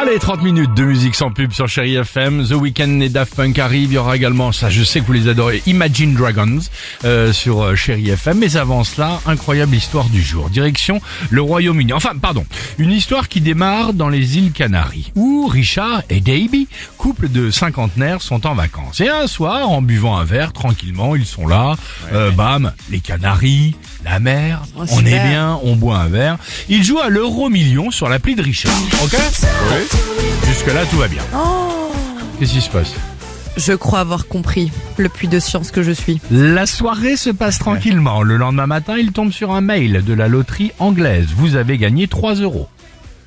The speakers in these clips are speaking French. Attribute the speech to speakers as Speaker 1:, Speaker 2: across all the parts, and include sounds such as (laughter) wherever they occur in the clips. Speaker 1: Allez, 30 minutes de musique sans pub sur Chéri FM. The Weeknd et Daft Punk arrivent. Il y aura également, ça je sais que vous les adorez, Imagine Dragons euh, sur euh, Chéri FM. Mais avant cela, incroyable histoire du jour. Direction le Royaume-Uni. Enfin, pardon. Une histoire qui démarre dans les îles Canaries, où Richard et Davy, couple de cinquantenaires, sont en vacances. Et un soir, en buvant un verre, tranquillement, ils sont là. Euh, bam, les Canaries, la mer, on est bien, on boit un verre. Ils jouent à l'euro million sur l'appli de Richard. Ok Jusque-là, tout va bien. Qu'est-ce qui se passe
Speaker 2: Je crois avoir compris le puits de science que je suis.
Speaker 1: La soirée se passe tranquillement. Le lendemain matin, il tombe sur un mail de la loterie anglaise. Vous avez gagné 3 euros.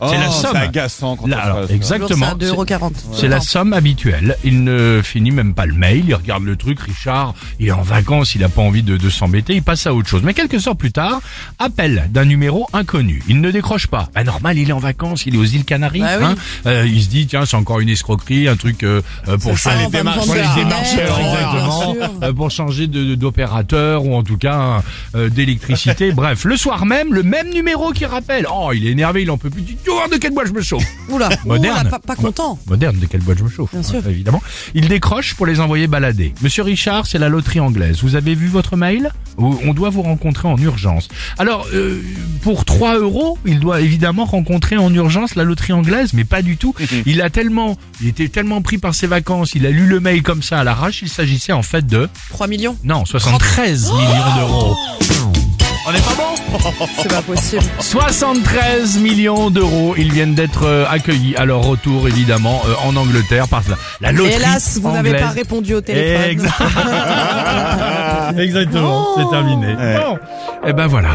Speaker 1: C'est la somme.
Speaker 3: C'est agaçant quand
Speaker 1: Là,
Speaker 3: on se
Speaker 1: alors,
Speaker 3: passe,
Speaker 1: exactement.
Speaker 2: Toujours ça, 2,40€.
Speaker 1: C'est- C'est la somme habituelle. Il ne finit même pas le mail. Il regarde le truc. Richard, il est en vacances. Il n'a pas envie de, de s'embêter. Il passe à autre chose. Mais quelques heures plus tard, appel d'un numéro inconnu. Il ne décroche pas. Bah, normal, il est en vacances. Il est aux îles Canaries.
Speaker 2: Bah oui.
Speaker 1: hein. Euh, il se dit, tiens, c'est encore une escroquerie, un truc euh, euh, pour
Speaker 2: ça,
Speaker 1: changer-
Speaker 2: on va me vendre
Speaker 1: pour les
Speaker 2: des
Speaker 1: démarcheurs,
Speaker 2: lunettes,
Speaker 1: exactement.
Speaker 2: bien sûr.
Speaker 1: Euh, pour changer de- de- d'opérateur ou en tout cas euh,
Speaker 2: (laughs)
Speaker 1: d'électricité. Bref, le soir même, le même numéro qui rappelle. Oh, il est énervé, il en peut plus. Tu vois de quelle boîte je me chauffe
Speaker 2: Oula,
Speaker 1: Moderne.
Speaker 2: oula, pas, pas content.
Speaker 1: moderne de quelle boîte je me chauffe, hein,
Speaker 2: Bien sûr.
Speaker 1: évidemment. Il décroche pour les envoyer balader. Monsieur Richard, c'est la loterie anglaise. Vous avez vu votre mail Ou- On doit vous rencontrer en urgence. Alors, euh, pour 3 euros, il doit évidemment rencontrer en urgence la loterie anglaise, mais pas du tout. Il a tellement, il était tellement pris par ses vacances, il a lu le mail comme ça à l'arrache. Il s'agissait en fait de
Speaker 2: 3 millions
Speaker 1: non 73
Speaker 2: Oh
Speaker 1: millions d'euros. On est pas bon
Speaker 2: C'est pas possible.
Speaker 1: 73 millions d'euros, ils viennent d'être euh, accueillis à leur retour évidemment euh, en Angleterre par la, la (laughs) loterie
Speaker 2: Hélas, vous n'avez
Speaker 1: anglaise.
Speaker 2: pas répondu au téléphone.
Speaker 1: Exact- Exactement,
Speaker 2: Oh
Speaker 1: c'est terminé. Bon, et ben voilà.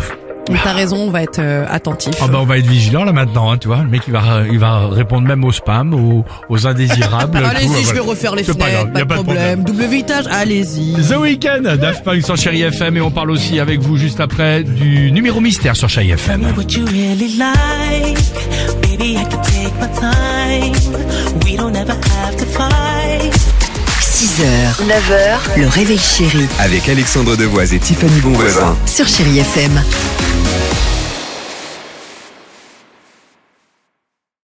Speaker 2: Mais T'as raison, on va être euh, attentif.
Speaker 1: Ah ben on va être vigilant là maintenant, hein, tu vois. Le mec il va euh, il va répondre même aux spams, aux, aux indésirables.
Speaker 2: (laughs) Allez-y,
Speaker 1: tout, euh,
Speaker 2: je vais
Speaker 1: voilà.
Speaker 2: refaire les
Speaker 1: C'est pas
Speaker 2: fenêtres,
Speaker 1: grave, y
Speaker 2: pas,
Speaker 1: a
Speaker 2: de problème. Double vitage, allez-y.
Speaker 1: The Weeknd, Daft Punk sur Chéri FM et on parle aussi avec vous juste après du numéro mystère sur Chéri FM.
Speaker 4: what you really like. Baby, I can take my time. We don't ever have to fight.
Speaker 5: 6h, 9h, le réveil chéri
Speaker 6: Avec Alexandre Devoise et Tiffany Bonvoisin.
Speaker 5: sur Chérie FM.